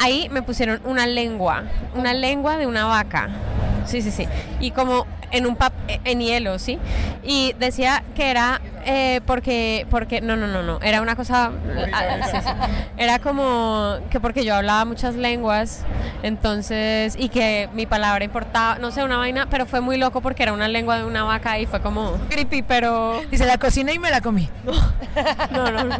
S14: Ahí me pusieron una lengua, una lengua de una vaca. Sí, sí, sí. Y como en un pap eh, en hielo, ¿sí? Y decía que era eh, porque, porque, no, no, no, no, era una cosa, ah, sí, sí. era como que porque yo hablaba muchas lenguas, entonces, y que mi palabra importaba, no sé, una vaina, pero fue muy loco porque era una lengua de una vaca y fue como creepy, pero...
S1: Dice, la cociné y me la comí.
S14: No, no, no.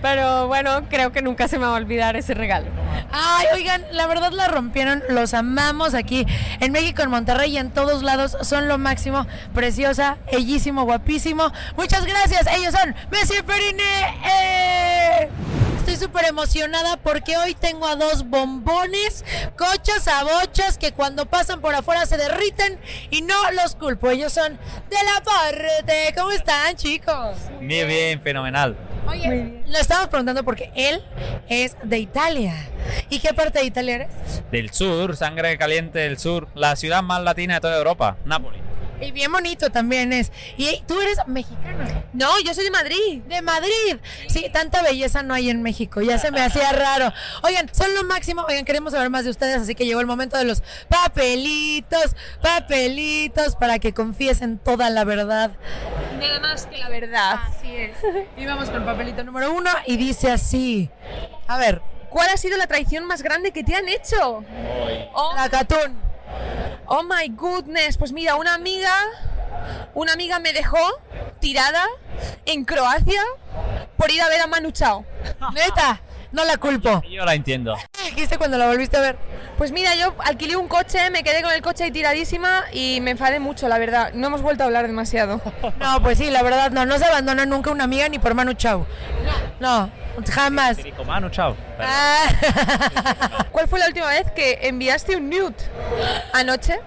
S14: Pero bueno, creo que nunca se me va a olvidar ese regalo.
S1: Ay, oigan, la verdad la rompieron, los amamos aquí en México, en Monterrey y en todos lados, son lo máximo, preciosa, bellísimo, guapísimo. Muchas gracias, ellos son Messi Perine. ¡Eh! Estoy súper emocionada porque hoy tengo a dos bombones, cochas a bochas que cuando pasan por afuera se derriten y no los culpo, ellos son de la parte. ¿Cómo están, chicos?
S24: Bien, bien, fenomenal.
S1: Oye, lo estamos preguntando porque él es de Italia. ¿Y qué parte de Italia eres?
S24: Del sur, sangre caliente del sur, la ciudad más latina de toda Europa, Nápoles.
S1: Y bien bonito también es. Y tú eres mexicano.
S14: No, yo soy de Madrid.
S1: De Madrid. Sí, tanta belleza no hay en México. Ya se me hacía raro. Oigan, son lo máximo. Oigan, queremos saber más de ustedes, así que llegó el momento de los papelitos, papelitos, para que confiesen toda la verdad.
S15: Nada más que la verdad.
S1: Así es. Y vamos con papelito número uno y dice así. A ver,
S15: ¿cuál ha sido la traición más grande que te han hecho? Oh,
S1: la Catún.
S15: Oh my goodness. Pues mira, una amiga, una amiga me dejó tirada en Croacia por ir a ver a Manu Chao.
S1: Neta, no la culpo.
S24: Yo la entiendo.
S1: ¿Qué dijiste cuando la volviste a ver?
S15: Pues mira, yo alquilé un coche, me quedé con el coche ahí tiradísima y me enfadé mucho, la verdad. No hemos vuelto a hablar demasiado.
S1: No, pues sí, la verdad no, no se abandona nunca una amiga ni por Manu Chao. No, jamás. Ah.
S24: Federico Manu, chao.
S15: Ah. ¿Cuál fue la última vez que enviaste un nude? ¿Anoche?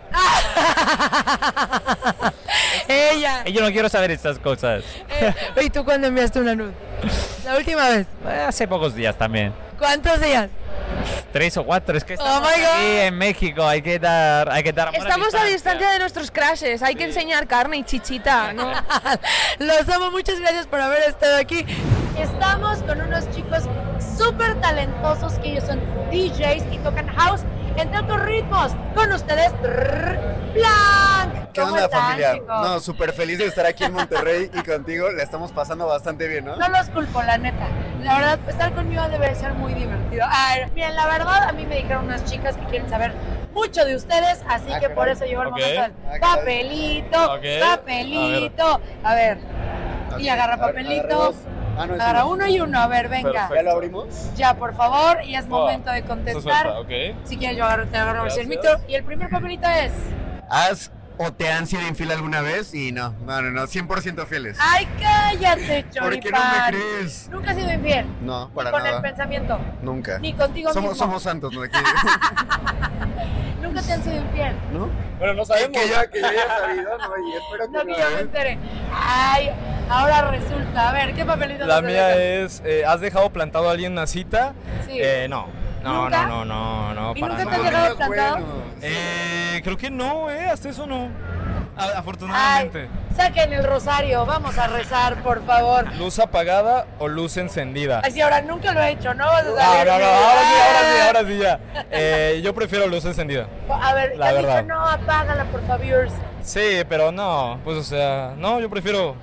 S1: Ella.
S24: Yo no quiero saber estas cosas.
S1: ¿Y tú cuándo enviaste una nude? La última vez.
S24: Eh, Hace pocos días también.
S1: ¿Cuántos días?
S24: Tres o cuatro, es que
S1: Oh
S24: estamos
S1: my God.
S24: aquí en México, hay que dar, hay que dar amor a
S15: Estamos a
S24: distancia.
S15: distancia de nuestros crashes, hay que enseñar carne y chichita, ¿no?
S1: Los amo, muchas gracias por haber estado aquí.
S3: Estamos con unos chicos súper talentosos que ellos son DJs y tocan house entre otros ritmos. Con ustedes, Blanc.
S25: ¿Qué
S3: ¿Cómo
S25: onda,
S3: están,
S25: familia?
S3: chicos?
S25: No, súper feliz de estar aquí en Monterrey y contigo. La estamos pasando bastante bien, ¿no?
S3: No los culpo, la neta. La verdad, estar conmigo debe ser muy divertido. A ver, miren, la verdad, a mí me dijeron unas chicas que quieren saber mucho de ustedes, así
S25: Ah,
S3: que por eso llegó el
S25: Ok.
S3: momento del papelito,
S25: Ok.
S3: papelito. A ver, y agarra papelito.
S25: Ah, no, es
S3: agarra
S25: uno.
S3: uno y uno, a ver, venga.
S25: ¿Ya lo abrimos?
S3: Ya, por favor, y es
S25: Ah,
S3: momento de contestar. Si quieres, yo agarro, te agarro el
S25: Gracias.
S3: micro. Y el primer papelito es...
S25: ¿Has o te han sido infiel alguna vez? Y no, no, no, no, 100% fieles.
S3: ¡Ay, cállate,
S25: ¿Por qué
S3: choripán!
S25: no me crees?
S3: Nunca has sido infiel.
S25: No,
S3: Ni
S25: para
S3: con el
S25: nada.
S3: pensamiento.
S25: Nunca.
S3: Ni contigo
S25: somos,
S3: mismo.
S25: somos santos, ¿no? Aquí,
S3: Nunca te han sido infiel.
S25: ¿no?
S24: Bueno, no
S25: sabemos. Que yo, que yo haya sabido, no, y espero que
S3: No,
S25: no.
S3: que yo me
S25: ¿eh?
S3: entere. Ay, ahora resulta. A ver, ¿qué papelito
S8: La
S3: nos
S8: mía
S3: dejan?
S8: es, eh, ¿has dejado plantado a alguien en una cita?
S3: Sí.
S8: Eh, no. No,
S3: ¿Nunca?
S8: no, no, no, no,
S3: ¿Y
S8: para
S3: nunca te han
S8: nada.
S3: dejado plantado?
S8: Eh, creo que no, eh, hasta eso no. A-
S3: Ay,
S8: afortunadamente.
S1: Saquen el rosario, vamos a rezar, por favor.
S8: ¿Luz apagada o luz encendida?
S1: Así ahora nunca lo he hecho, ¿no? Vas a
S8: No,
S1: saber.
S8: no, no, ahora sí, ahora sí, ahora sí ya. Eh, yo prefiero luz encendida.
S1: Ah, A ver,
S8: La
S1: ya dijo,
S8: verdad.
S1: no, apágala, por favor.
S8: Sí, pero no, pues o sea, no, yo prefiero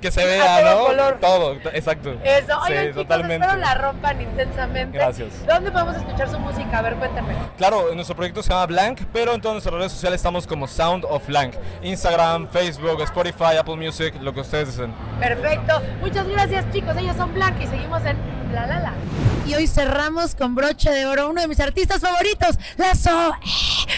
S8: que se
S1: A
S8: vea,
S1: todo
S8: ¿no?
S1: color.
S8: Todo, t- exacto.
S1: Eso,
S8: sí,
S1: oigan, chicos,
S8: totalmente.
S1: espero la rompan intensamente.
S8: Gracias.
S1: ¿Dónde podemos escuchar su música? A ver, cuéntame.
S8: Claro, nuestro proyecto se llama Blank, pero en todas nuestras redes sociales estamos como Sound of Blank. Instagram, Facebook, Spotify, Apple Music, lo que ustedes deseen.
S26: Perfecto. Muchas gracias, chicos. Ellos son Blanca y seguimos en La La La.
S1: Y hoy cerramos con broche de oro uno de mis artistas favoritos, Lazo.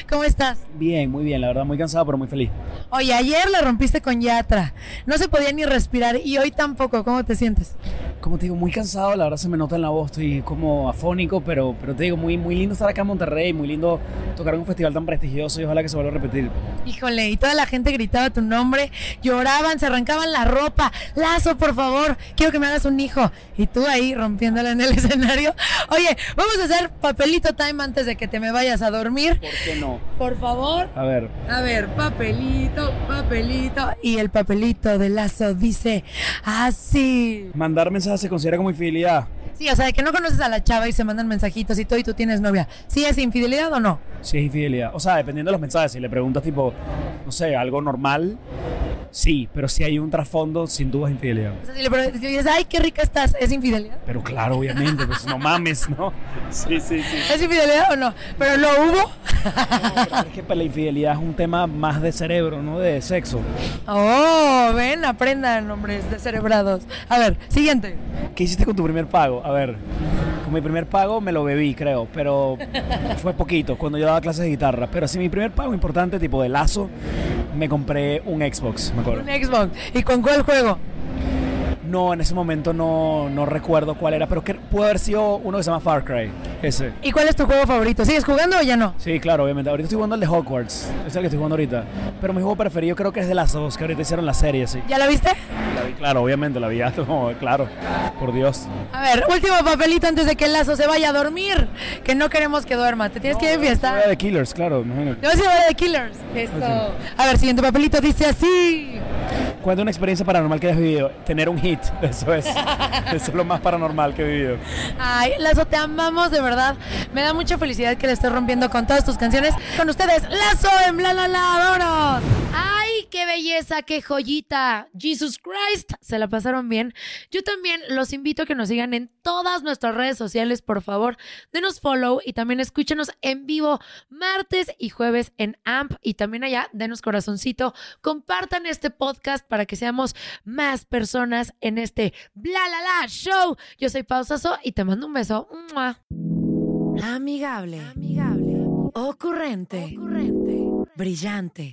S1: ¿Cómo estás?
S5: Bien, muy bien, la verdad, muy cansado, pero muy feliz.
S1: Oye, ayer la rompiste con Yatra. No se podía ni respirar y hoy tampoco. ¿Cómo te sientes?
S5: Como te digo, muy cansado, la verdad se me nota en la voz, estoy como afónico, pero, pero te digo, muy, muy lindo estar acá en Monterrey, muy lindo tocar en un festival tan prestigioso y ojalá que se vuelva a repetir.
S1: Híjole, y toda la gente gritaba tu nombre, lloraban, se arrancaban la ropa. Lazo, por favor, quiero que me hagas un hijo. Y tú ahí rompiéndola en el escenario. Oye, vamos a hacer papelito time antes de que te me vayas a dormir. ¿Por
S5: qué no?
S1: Por favor.
S5: A ver,
S1: A ver, papelito, papelito. Y el papelito de Lazo dice Ah, así.
S5: mandar mensajes se considera como infidelidad.
S1: Sí, o sea, de que no conoces a la chava y se mandan mensajitos y todo y tú tienes novia. ¿Sí es infidelidad o no?
S5: Sí, es infidelidad. O sea, dependiendo de los mensajes, si le preguntas tipo, no sé, algo normal, sí, pero si hay un trasfondo, sin duda es infidelidad.
S1: O sea, si le pre- si le dices, ay, qué rica estás, ¿es infidelidad?
S5: Pero claro, obviamente, pues no mames, ¿no? Sí, sí, sí.
S1: ¿Es infidelidad o no? Pero lo hubo.
S5: Es que para la infidelidad es un tema más de cerebro, no de sexo.
S1: Oh, ven, aprendan, hombres descerebrados. A ver, siguiente.
S5: ¿Qué hiciste con tu primer pago? A ver, con mi primer pago me lo bebí, creo, pero fue poquito cuando yo daba clases de guitarra. Pero sí, mi primer pago importante, tipo de lazo, me compré un Xbox, me acuerdo.
S1: Un Xbox. ¿Y con cuál juego?
S5: No, en ese momento no, no recuerdo cuál era, pero que puede haber sido uno que se llama Far Cry, ese.
S1: ¿Y cuál es tu juego favorito? ¿Sigues jugando o ya no?
S5: Sí, claro, obviamente. Ahorita estoy jugando el de Hogwarts, es el que estoy jugando ahorita. Pero mi juego preferido creo que es de las dos, que ahorita hicieron la serie, sí.
S1: ¿Ya la viste?
S5: La vi, claro, obviamente, la vi ya, no, claro, por Dios.
S1: A ver, último papelito antes de que el lazo se vaya a dormir. Que no queremos que duerma. Te tienes que ir de fiesta.
S5: Era de Killers, claro, imagínate.
S1: Te vas a llevar de Killers. Eso. A ver, siguiente papelito dice así.
S5: Cuenta una experiencia paranormal que hayas vivido. Tener un hit, eso es. eso es lo más paranormal que he vivido.
S1: Ay, Lazo, te amamos de verdad. Me da mucha felicidad que le estés rompiendo con todas tus canciones. Con ustedes, Lazo en Bla La La, vámonos.
S15: ¡Ay, qué belleza, qué joyita! Jesus Christ, se la pasaron bien. Yo también los invito a que nos sigan en todas nuestras redes sociales, por favor. Denos follow y también escúchenos en vivo martes y jueves en AMP. Y también allá, denos corazoncito. Compartan este podcast para que seamos más personas en este Bla La La Show. Yo soy Pausazo y te mando un beso. ¡Mua!
S1: Amigable. Ocurrente. Brillante.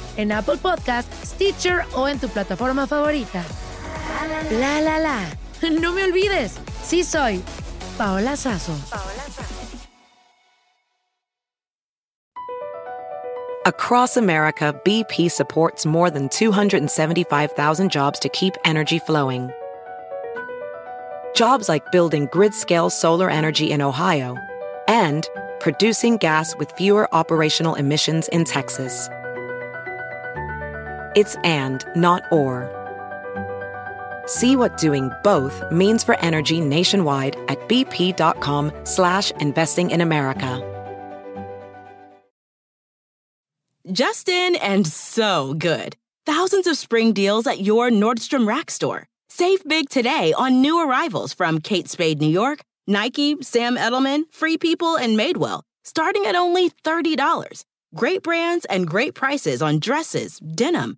S15: en Apple Podcast, Stitcher o en tu plataforma favorita. La la la. No me olvides, sí soy Paola Sazo.
S27: Across America, BP supports more than 275,000 jobs to keep energy flowing. Jobs like building grid scale solar energy in Ohio and producing gas with fewer operational emissions in Texas. It's and, not or. See what doing both means for energy nationwide at bp.com slash investing in America.
S28: Justin and so good. Thousands of spring deals at your Nordstrom Rack store. Save big today on new arrivals from Kate Spade New York, Nike, Sam Edelman, Free People, and Madewell, starting at only $30. Great brands and great prices on dresses, denim,